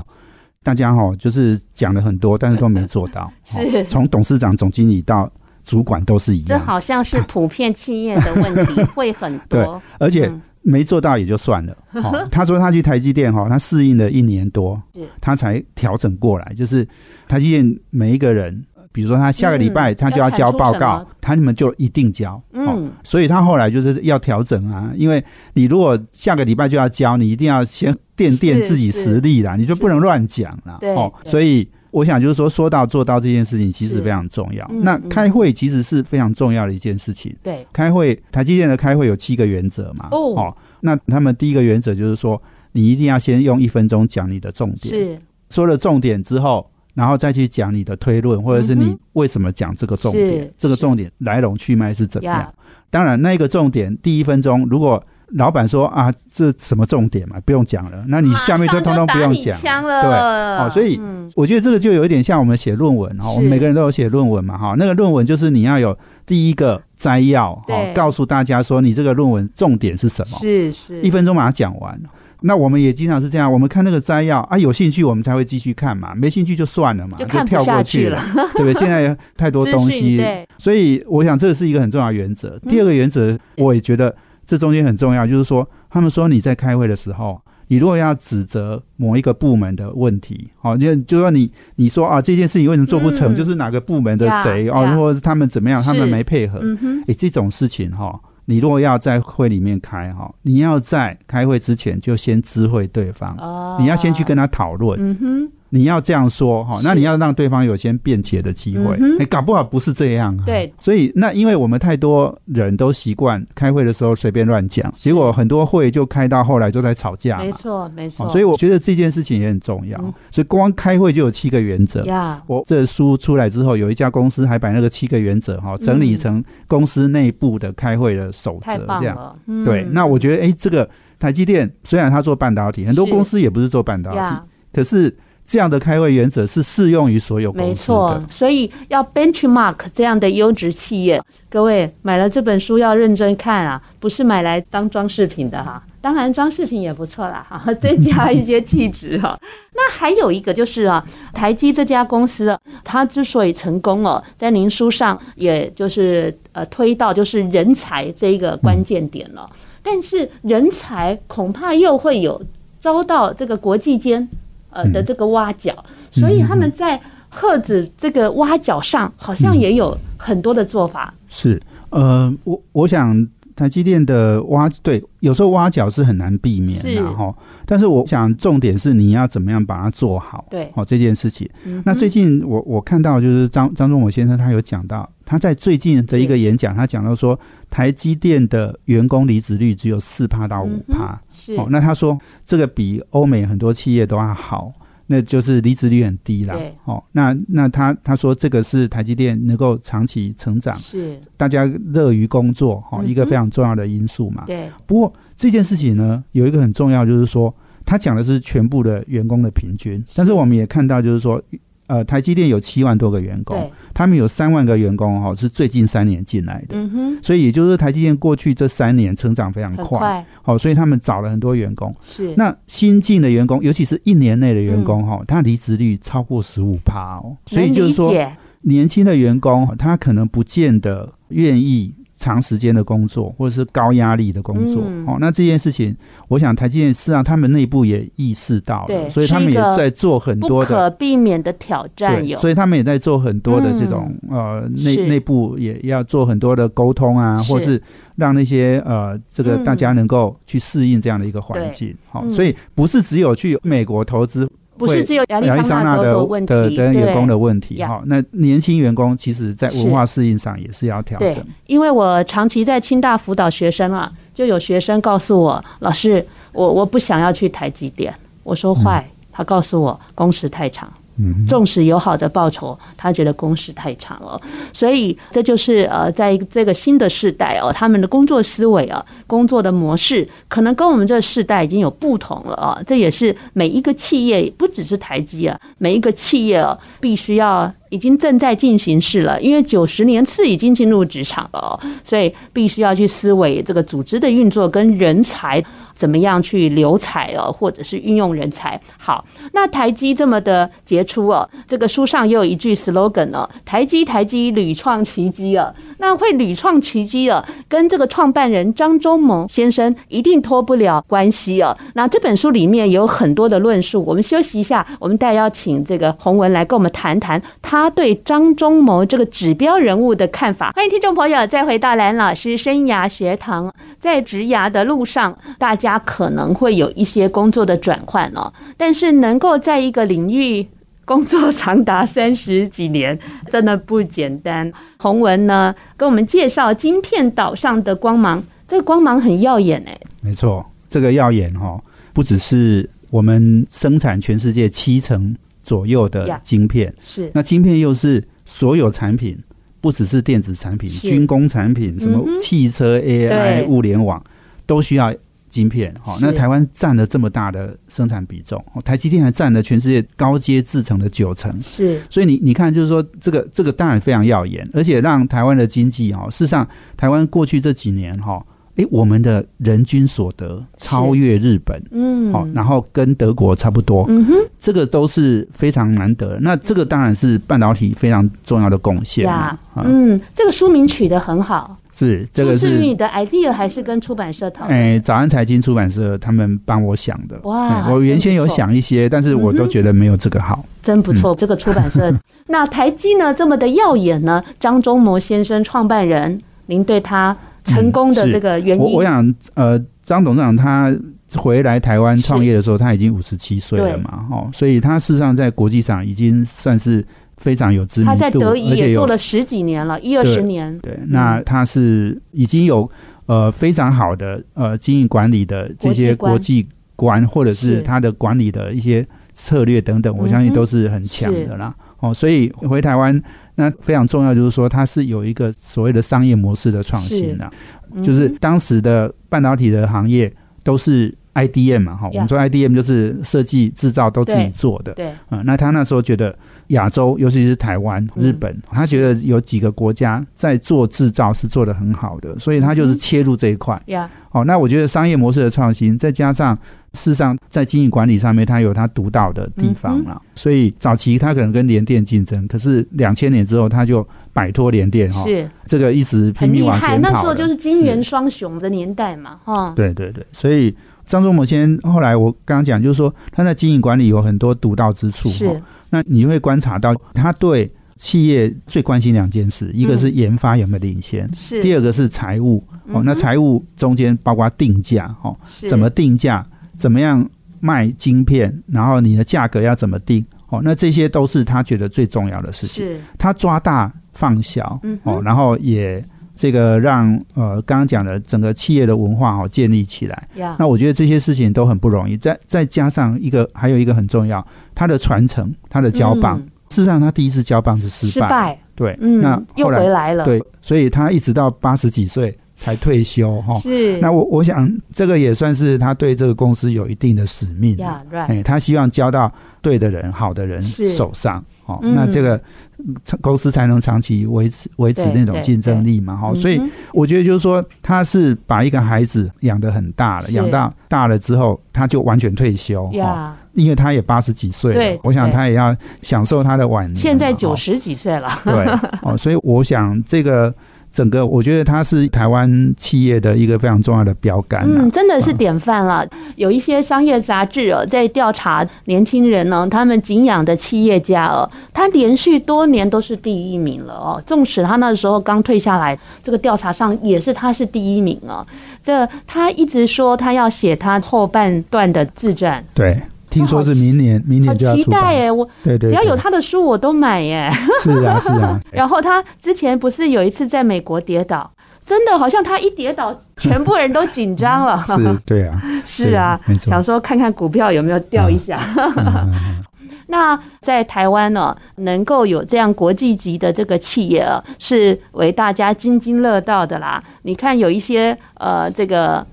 Speaker 3: 大家哈、就是讲了很多，但是都没做 到。
Speaker 2: 是
Speaker 3: 哦从董事长、总经理到主管都是一
Speaker 2: 这
Speaker 3: 样，
Speaker 2: 好像是普遍企业的问题，会很多。
Speaker 3: 而且
Speaker 2: 嗯
Speaker 3: 没做到也就算了。 哦、他说他去台积电哈、他适应了一年多
Speaker 2: 是，
Speaker 3: 他才调整过来。就是台积电每一个人，比如说他下个礼拜
Speaker 2: 嗯
Speaker 3: 他就要交
Speaker 2: 要
Speaker 3: 报
Speaker 2: 产出
Speaker 3: 告
Speaker 2: 什，
Speaker 3: 他们就一定交。哦
Speaker 2: 嗯，
Speaker 3: 所以他后来就是要调整啊，因为你如果下个礼拜就要交，你一定要先垫垫
Speaker 2: 是
Speaker 3: 自己实力啦，你就是不能乱讲啦。
Speaker 2: 对
Speaker 3: 哦，
Speaker 2: 对
Speaker 3: 所以我想就是说，说到做到这件事情其实
Speaker 2: 是
Speaker 3: 非常重要。
Speaker 2: 嗯
Speaker 3: 那
Speaker 2: 嗯
Speaker 3: 开会其实是非常重要的一件事情。
Speaker 2: 对，
Speaker 3: 开会，台积电的开会有七个原则嘛。
Speaker 2: 哦
Speaker 3: 那他们第一个原则就是说，你一定要先用一分钟讲你的重点，
Speaker 2: 是
Speaker 3: 说了重点之后。然后再去讲你的推论，或者是
Speaker 2: 嗯
Speaker 3: 你
Speaker 2: 哼
Speaker 3: 为什么讲这个重
Speaker 2: 是
Speaker 3: 点，这个
Speaker 2: 是
Speaker 3: 重点来龙去脉是怎么样
Speaker 2: 呀？，
Speaker 3: 当然，那一个重点第一分钟，如果老板说啊，这什么重点嘛，不用讲了，那你下面就通通不用讲。对，
Speaker 2: 了
Speaker 3: 哦所以
Speaker 2: 嗯
Speaker 3: 我觉得这个就有一点像我们写论文哈，
Speaker 2: 是
Speaker 3: 我们每个人都有写论文嘛哈，那个论文就是你要有第一个摘要哈
Speaker 2: 对，
Speaker 3: 告诉大家说你这个论文重点是什么，
Speaker 2: 是是
Speaker 3: 一分钟把它讲完。那我们也经常是这样，我们看那个摘要啊，有兴趣我们才会继续看嘛，没兴趣就算了嘛，
Speaker 2: 就
Speaker 3: 就
Speaker 2: 看不
Speaker 3: 跳
Speaker 2: 下
Speaker 3: 过
Speaker 2: 去了
Speaker 3: 了，对不对？现在太多
Speaker 2: 资
Speaker 3: 东
Speaker 2: 讯
Speaker 3: 西，
Speaker 2: 对
Speaker 3: 所以我想这是一个很重要的原则。
Speaker 2: 嗯
Speaker 3: 第二个原则，我也觉得这中间很重要，就是说，他们说你在开会的时候，你如果要指责某一个部门的问题，哦，就就说你你说啊这件事情为什么做不成，
Speaker 2: 嗯
Speaker 3: 就是哪个部门的
Speaker 2: 呀
Speaker 3: 谁
Speaker 2: 呀
Speaker 3: 哦，或者是他们怎么样，他们
Speaker 2: 是
Speaker 3: 没配合，
Speaker 2: 嗯哼，
Speaker 3: 诶，这种事情哈、你如果要在会里面开哈、你要在开会之前就先知会对方，
Speaker 2: 哦
Speaker 3: 你要先去跟他讨论，
Speaker 2: 嗯哼，
Speaker 3: 你要这样说哈，
Speaker 2: 是
Speaker 3: 那你要让对方有先辩解的机会。哎、
Speaker 2: 嗯哼
Speaker 3: 搞不好不是这样啊。
Speaker 2: 对，
Speaker 3: 所以那因为我们太多人都习惯开会的时候随便乱讲，
Speaker 2: 是
Speaker 3: 结果很多会就开到后来都在吵架
Speaker 2: 没
Speaker 3: 嘛。
Speaker 2: 错没
Speaker 3: 哦
Speaker 2: 错，
Speaker 3: 所以我觉得这件事情也很重要。
Speaker 2: 嗯
Speaker 3: 所以光开会就有七个原则。
Speaker 2: 呀，
Speaker 3: 我这书出来之后，有一家公司还把那个七个原则哈整理成公司内部的开会的守则
Speaker 2: 嗯太，棒
Speaker 3: 这样。
Speaker 2: 了，嗯
Speaker 3: 对，那我觉得诶，这个台积电虽然它做半导体，很多
Speaker 2: 是
Speaker 3: 公司也不是做半导体，
Speaker 2: 呀，
Speaker 3: 可是这样的开会原则是适用于所有
Speaker 2: 没
Speaker 3: 公司
Speaker 2: 错
Speaker 3: 的。，
Speaker 2: 所以要 benchmark 这样的优质企业，各位买了这本书要认真看啊，不是买来当装饰品的哈。当然，装饰品也不错啦，哈， 增加一些气质哈。 那还有一个就是啊，台积这家公司啊，它之所以成功哦，在您书上也就是呃推到就是人才这一个关键点了、但是人才恐怕又会有遭到这个国际间呃
Speaker 3: 嗯
Speaker 2: 的这个挖角，所以他们在贺子这个挖角上好像也有很多的做法。
Speaker 3: 是，呃，我我想台积电的挖对，有时候挖角是很难避免
Speaker 2: 是
Speaker 3: 的哈。但是我想重点是你要怎么样把它做好，
Speaker 2: 对
Speaker 3: 哦这件事情。
Speaker 2: 嗯哼
Speaker 3: 那最近我我看到就是张张忠谋先生他有讲到，他在最近的一个演讲，他讲到说台积电的员工离职率只有四趴到五
Speaker 2: 嗯
Speaker 3: 趴。
Speaker 2: 哼是
Speaker 3: 哦，那他说这个比欧美很多企业都要好，那就是离职率很低啦
Speaker 2: 对。
Speaker 3: 哦，那那他他说这个是台积电能够长期成长，
Speaker 2: 是，
Speaker 3: 大家乐于工作，
Speaker 2: 嗯
Speaker 3: 哦，
Speaker 2: 哼
Speaker 3: 一个非常重要的因素嘛。
Speaker 2: 对，
Speaker 3: 不过这件事情呢，有一个很重要，就是说他讲的是全部的员工的平均，但是我们也看到就是说。呃，台积电有七万多个员工
Speaker 2: 对，，
Speaker 3: 他们有三万个员工哦，是最近三年进来的，
Speaker 2: 嗯哼，
Speaker 3: 所以也就是台积电过去这三年成长非常
Speaker 2: 很
Speaker 3: 快，好、所以他们找了很多员工。
Speaker 2: 是，嗯
Speaker 3: 那新进的员工，尤其是一年内的员工哈、他离职率超过十五趴哦，所以
Speaker 2: 能
Speaker 3: 就是
Speaker 2: 理
Speaker 3: 说，
Speaker 2: 解
Speaker 3: 年轻的员工他可能不见得愿意长时间的工作，或者是高压力的工作、
Speaker 2: 嗯
Speaker 3: 哦。那这件事情，我想台积电事实上他们内部也意识到
Speaker 2: 对
Speaker 3: 了，所以他们
Speaker 2: 是一
Speaker 3: 也
Speaker 2: 个
Speaker 3: 在做很
Speaker 2: 不
Speaker 3: 多的。
Speaker 2: 可避免的挑战
Speaker 3: 对，
Speaker 2: 有，嗯
Speaker 3: 所以他们也在做很多的这种、呃内
Speaker 2: 是
Speaker 3: 内部也要做很多的沟通啊，
Speaker 2: 是
Speaker 3: 或是让那些呃这个
Speaker 2: 嗯
Speaker 3: 大家能够去适应这样的一个环境。好、哦
Speaker 2: 嗯
Speaker 3: 所以不是只有去美国投资。
Speaker 2: 不是只有亚利
Speaker 3: 亚利
Speaker 2: 桑
Speaker 3: 桑
Speaker 2: 那
Speaker 3: 那
Speaker 2: 州
Speaker 3: 的
Speaker 2: 州问
Speaker 3: 的
Speaker 2: 题，
Speaker 3: 的
Speaker 2: 对
Speaker 3: 员工的问题
Speaker 2: 呀
Speaker 3: 哈、那年轻员工其实在文化适应上也是要调
Speaker 2: 对
Speaker 3: 整。，
Speaker 2: 因为我长期在清大辅导学生啊，就有学生告诉我，老师，我我不想要去台积电。我说坏，他告诉我工时太长。
Speaker 3: 嗯，
Speaker 2: 纵使有好的报酬，他觉得工时太长了，所以这就是呃，在这个新的世代哦，他们的工作思维啊，工作的模式可能跟我们这世代已经有不同了啊。这也是每一个企业，不只是台积啊，每一个企业啊，必须要已经正在进行式了，因为九十年次已经进入职场了、哦，所以必须要去思维这个组织的运作跟人才怎么样去留才哦，或者是运用人才。好，那台积这么的杰出哦，这个书上也有一句 slogan 哦，台积台积屡创奇迹哦。那会屡创奇迹哦，跟这个创办人张忠谋先生一定脱不了关系哦。那这本书里面有很多的论述，我们休息一下，我们待会要请这个洪文来跟我们谈谈他对张忠谋这个指标人物的看法。欢迎听众朋友再回到蓝老师生涯学堂，在职涯的路上，大家可能会有一些工作的转换哦，但是能够在一个领域工作长达三十几年，真的不简单。洪文呢，跟我们介绍晶片岛上的光芒，这个光芒很耀眼哎、
Speaker 3: 没错，这个耀眼哈、不只是我们生产全世界七成左右的
Speaker 2: 呀
Speaker 3: 晶片
Speaker 2: 是
Speaker 3: 那晶片又是所有产品，不只是电子产品、
Speaker 2: 是
Speaker 3: 军工产品，什么
Speaker 2: 嗯哼
Speaker 3: 汽车、
Speaker 2: 对
Speaker 3: AI、物联网都需要晶片。好，
Speaker 2: 是
Speaker 3: 那台湾占了这么大的生产比重，哦台积电还占了全世界高阶制程的九成。
Speaker 2: 是，
Speaker 3: 所以你你看，就是说这个这个当然非常耀眼，而且让台湾的经济哈、哦，事实上台湾过去这几年哈、哦，诶，我们的人均所得超越日本。
Speaker 2: 嗯，
Speaker 3: 好、然后跟德国差不多，
Speaker 2: 嗯哼，
Speaker 3: 这个都是非常难得的。那这个当然是半导体非常重要的贡献
Speaker 2: 呀
Speaker 3: 啊，，嗯，
Speaker 2: 嗯，这个书名取得很好，
Speaker 3: 是这个
Speaker 2: 于
Speaker 3: 是
Speaker 2: 你的 idea 还是跟出版社讨论？
Speaker 3: 哎，早安财经出版社他们帮我想的。
Speaker 2: 哇
Speaker 3: 哎我原先有
Speaker 2: 真不错
Speaker 3: 想一些，但是我
Speaker 2: 嗯
Speaker 3: 都
Speaker 2: 哼
Speaker 3: 觉得没有这个好。
Speaker 2: 真不 错，这个出版社。那台积呢这么的耀眼呢？张忠谋先生创办人，您对他成功的
Speaker 3: 嗯是
Speaker 2: 这个原因，
Speaker 3: 我我想，呃，张董事长他回来台湾
Speaker 2: 是
Speaker 3: 创业的时候，他已经五十七岁了
Speaker 2: 对
Speaker 3: 嘛，哦，所以他事实上在国际上已经算是非常有知
Speaker 2: 他
Speaker 3: 名
Speaker 2: 在
Speaker 3: 度，
Speaker 2: 德仪
Speaker 3: 而且
Speaker 2: 也做
Speaker 3: 有
Speaker 2: 了十几年了，一二十年，
Speaker 3: 对，那他是已经有呃非常好的呃经营管理的这些
Speaker 2: 国
Speaker 3: 国际观，或者是
Speaker 2: 是
Speaker 3: 他的管理的一些策略等等，我相
Speaker 2: 嗯
Speaker 3: 信
Speaker 2: 哼
Speaker 3: 都是很强
Speaker 2: 是
Speaker 3: 的啦。哦，所以回台湾那非常重要，就是说它是有一个所谓的商业模式的创新啦，
Speaker 2: 嗯
Speaker 3: 就是当时的半导体的行业都是 IDM 嘛，哈，我
Speaker 2: 呀
Speaker 3: 们说 IDM 就是设计、制造都自己
Speaker 2: 对
Speaker 3: 做的，
Speaker 2: 对，
Speaker 3: 嗯，那他那时候觉得亚洲，尤其是台湾、
Speaker 2: 嗯
Speaker 3: 日本，他觉得有几个国家在做制造是做得很好的，所以他
Speaker 2: 嗯
Speaker 3: 就是切入这一块。
Speaker 2: 呀，
Speaker 3: 哦，那我觉得商业模式的创新，再加上事实上在经营管理上面，它有它独到的地方
Speaker 2: 嗯
Speaker 3: 啦。所以早期它可能跟联电竞争，可是两千年之后，它就摆脱联电哈、哦，
Speaker 2: 是
Speaker 3: 这个一直拼
Speaker 2: 很
Speaker 3: 命
Speaker 2: 厉
Speaker 3: 往
Speaker 2: 害。
Speaker 3: 前跑
Speaker 2: 那
Speaker 3: 了。
Speaker 2: 时候就是金元
Speaker 3: 是
Speaker 2: 双雄的年代嘛，哈，
Speaker 3: 对对对，所以张忠谋先生后来我刚刚讲，就是说他在经营管理有很多独到之处、哦。
Speaker 2: 是
Speaker 3: 那你就会观察到，他对企业最关心两件事，一个是研发有没有领先，
Speaker 2: 嗯是。
Speaker 3: 第二个是财务。
Speaker 2: 嗯
Speaker 3: 哦，那财务中间包括定价，哦，
Speaker 2: 是
Speaker 3: 怎么定价，怎么样卖晶片，然后你的价格要怎么定，哦，那这些都是他觉得最重要的事情。
Speaker 2: 是
Speaker 3: 他抓大放小
Speaker 2: 嗯，哼
Speaker 3: 哦，然后也这个让呃刚刚讲的整个企业的文化哦建立起来。
Speaker 2: 呀？
Speaker 3: 那我觉得这些事情都很不容易，再再加上一个，还有一个很重要，它的传承，它的交棒。
Speaker 2: 嗯
Speaker 3: 事实上，他第一次交棒是失
Speaker 2: 失
Speaker 3: 败，
Speaker 2: 败，
Speaker 3: 对，
Speaker 2: 嗯，
Speaker 3: 那
Speaker 2: 又
Speaker 3: 后
Speaker 2: 回
Speaker 3: 来
Speaker 2: 来了，，
Speaker 3: 对，所以他一直到八十几岁才退休哈。
Speaker 2: 是
Speaker 3: 哦那我我想，这个也算是他对这个公司有一定的使命，
Speaker 2: 呀，right，
Speaker 3: 哎，他希望交到对的人、好的人
Speaker 2: 是
Speaker 3: 手上。哦，
Speaker 2: 嗯
Speaker 3: 那这个嗯公司才能长期维持维持
Speaker 2: 对
Speaker 3: 那种
Speaker 2: 对
Speaker 3: 竞争力嘛，哈，哦所以
Speaker 2: 嗯哼
Speaker 3: 我觉得就是说，他是把一个孩子养得很大了，
Speaker 2: 是
Speaker 3: 养到大了之后，他就完全退休哈，
Speaker 2: 呀，
Speaker 3: 因为他也八十几岁
Speaker 2: 对
Speaker 3: 了，我想
Speaker 2: 对
Speaker 3: 他也要享受他的晚年嘛。
Speaker 2: 现在
Speaker 3: 哈
Speaker 2: 九十几岁了，
Speaker 3: 对哦，所以我想这个整个，我觉得它是台湾企业的一个非常重要的标杆、啊。
Speaker 2: 嗯，真的是典范了。有一些商业杂志哦，在调查年轻人呢、他们敬仰的企业家哦，他连续多年都是第一名了哦。纵使他那时候刚退下来，这个调查上也是他是第一名哦。这他一直说他要写他后半段的自传，
Speaker 3: 对，听说是明年，明
Speaker 2: 好
Speaker 3: 年就要
Speaker 2: 期
Speaker 3: 出版。
Speaker 2: 待耶！我
Speaker 3: 对对，
Speaker 2: 只要
Speaker 3: 对
Speaker 2: 有他的书我都买耶。
Speaker 3: 是啊是 啊，
Speaker 2: 然后他之前不是有一次在美国跌倒，真的好像他一跌倒，全部人都紧张了。
Speaker 3: 是，对啊，
Speaker 2: 是啊，
Speaker 3: 没错
Speaker 2: 想。说看看股票有没有掉一下。
Speaker 3: 嗯
Speaker 2: 那在台湾呢，能够有这样国际级的这个企业，呃是为大家津津乐道的啦。你看有一些呃，这个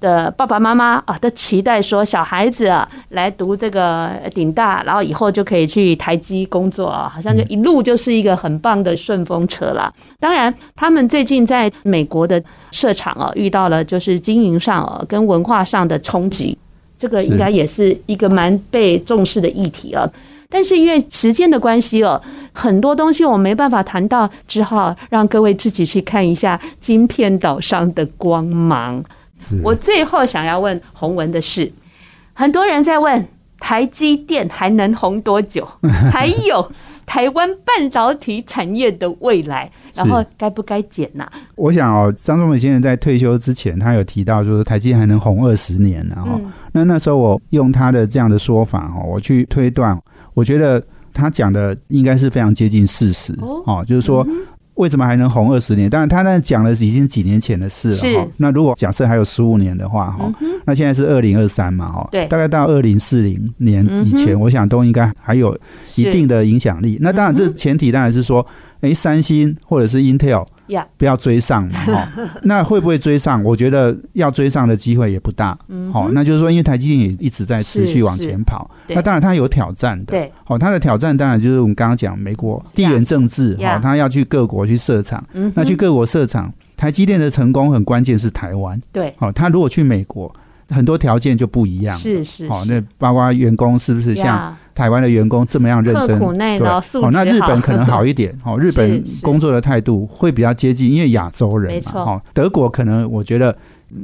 Speaker 2: 的爸爸妈妈啊，都期待说小孩子、啊、来读这个呃顶大，然后以后就可以去台积工作啊，好像就一路就是一个很棒的顺风车啦。当然，他们最近在美国的设厂啊，遇到了就是经营上、啊、跟文化上的冲击。这个应该也是一个蛮被重视的议题啊。但是因为时间的关系哦，很多东西我没办法谈到，只好让各位自己去看一下晶片岛上的光芒。
Speaker 3: 是
Speaker 2: 我最后想要问洪文的是，很多人在问台积电还能红多 久，还有台湾半导体产业的未来，然后
Speaker 3: 是
Speaker 2: 该不该减啊呐、
Speaker 3: 我想哦，张忠谋先生在退休之前，他有提到，就是台积还能红二十年然后、
Speaker 2: 嗯
Speaker 3: 那那时候我用他的这样的说法哦，我去推断，我觉得他讲的应该是非常接近事实
Speaker 2: 哦
Speaker 3: 哦就是说。为什么还能红二十年？当然，他那讲的是已经几年前的事
Speaker 2: 是嗯
Speaker 3: 了哈。那如果假设还有十五年的话哈、那现在是二零二三嘛哈，
Speaker 2: 对
Speaker 3: 大概到二零四零年以前，
Speaker 2: 嗯
Speaker 3: 我想都应该还有一
Speaker 2: 是嗯
Speaker 3: 定的影响力。那当然，这前提当然是说，诶，三星或者是 Intel
Speaker 2: Yeah
Speaker 3: 不要追上 嘛，哈、那会不会追上？我觉得要追上的机会也不大，
Speaker 2: 嗯
Speaker 3: 好、
Speaker 2: 哼，
Speaker 3: 那就是说，因为台积电也一直在持续往前跑，
Speaker 2: 是是
Speaker 3: 那当然它有挑战的，
Speaker 2: 对，
Speaker 3: 好、它的挑战当然就是我们刚刚讲美国地缘政治，好、
Speaker 2: Yeah
Speaker 3: 它要去各国去设厂，
Speaker 2: 嗯哼，
Speaker 3: 那去各国设厂，台积电的成功很关键是台湾，
Speaker 2: 对，
Speaker 3: 好、它如果去美国，很多条件就不一样，
Speaker 2: 是是
Speaker 3: 好、
Speaker 2: 是
Speaker 3: 哦那包括员工是不是像
Speaker 2: 呀
Speaker 3: 台湾的员工这么样认
Speaker 2: 刻
Speaker 3: 真
Speaker 2: 苦耐
Speaker 3: 对，
Speaker 2: 劳，素质
Speaker 3: 哦，那日本可能好
Speaker 2: 一
Speaker 3: 一点，哦，日本
Speaker 2: 是
Speaker 3: 工作的态度会比较接近，因为亚洲
Speaker 2: 没
Speaker 3: 人嘛，
Speaker 2: 错
Speaker 3: 哦，德国可能我觉得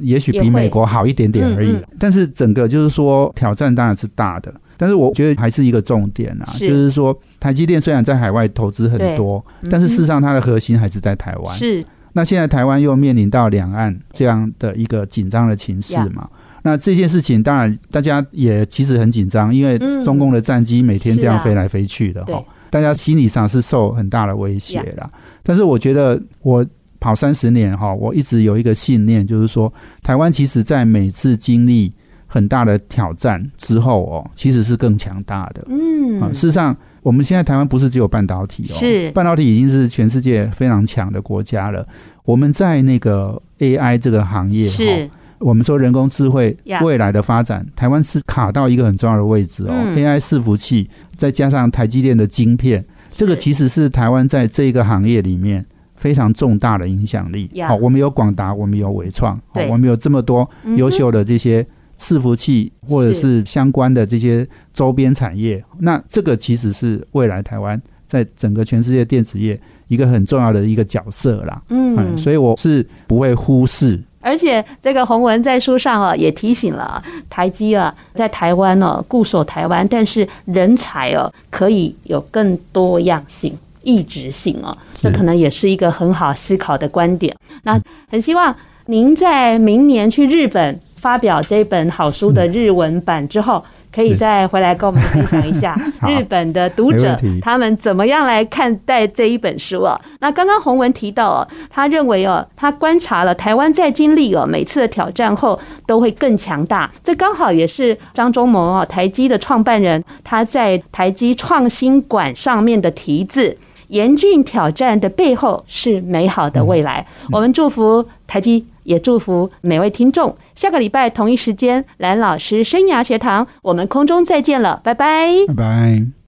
Speaker 3: 也许
Speaker 2: 也会
Speaker 3: 比美国好一点点而已，
Speaker 2: 嗯
Speaker 3: 但是整个就是说挑战当然是大的。但是我觉得还是一个重点啊，
Speaker 2: 是
Speaker 3: 就是说台积电虽然在海外投资很多，
Speaker 2: 对
Speaker 3: 但是
Speaker 2: 嗯
Speaker 3: 事实
Speaker 2: 哼
Speaker 3: 上它的核心还是在台湾。
Speaker 2: 是
Speaker 3: 那现在台湾又面临到两岸这样的一个紧张的情势
Speaker 2: 呀
Speaker 3: 嘛。那这件事情当然大家也其实很紧张，因为
Speaker 2: 嗯
Speaker 3: 中共的战机每天这样
Speaker 2: 是啊
Speaker 3: 飞来飞去的哈、
Speaker 2: 对
Speaker 3: 大家心理上是受很大的威胁啦。但是我觉得我跑三十年哈，我一直有一个信念，就是说台湾其实在每次经历很大的挑战之后哦，其实是更强大的。啊，
Speaker 2: 嗯
Speaker 3: 事实上，我们现在台湾不是只有半导体哦，
Speaker 2: 是
Speaker 3: 半导体已经是全世界非常强的国家了。我们在那个 AI 这个行业、哦，
Speaker 2: 是
Speaker 3: 我们说人工智慧
Speaker 2: Yeah
Speaker 3: 未来的发展台湾是卡到一个很重要的位置哦。
Speaker 2: 嗯
Speaker 3: AI 伺服器再加上台积电的晶片，这个
Speaker 2: 是
Speaker 3: 其实是台湾在这个行业里面非常重大的影响力。
Speaker 2: Yeah
Speaker 3: 好、我们有广达，我们有伟创，好
Speaker 2: 对
Speaker 3: 我们有这么多优秀的这些伺服器或者是相关的这些周边产业，那这个其实是未来台湾在整个全世界电子业一个很重要的一个角色啦。哎
Speaker 2: 嗯，
Speaker 3: 所以我是不会忽视。
Speaker 2: 而且这个洪文在书上啊也提醒了啊台积啊，在台湾哦、固守台湾，但是人才哦、可以有更多样性。异质性哦，这可能也是一个很好思考的观点。那很希望您在明年去日本发表这本好书的日文版之后，可以
Speaker 3: 是
Speaker 2: 再回来跟我们分享一下
Speaker 3: 好
Speaker 2: 日本的读
Speaker 3: 没
Speaker 2: 者
Speaker 3: 问题
Speaker 2: 他们怎么样来看待这一本书啊？那刚刚洪文提到哦，他认为哦，他观察了台湾在经历哦每次的挑战后都会更强大，这刚好也是张忠谋哦，台积的创办人，他在台积创新馆上面的题字。严峻挑战的背后是美好的未来。我们祝福台积，也祝福每位听众。下个礼拜同一时间，蓝老师生涯学堂，我们空中再见了，拜拜。
Speaker 3: 拜拜。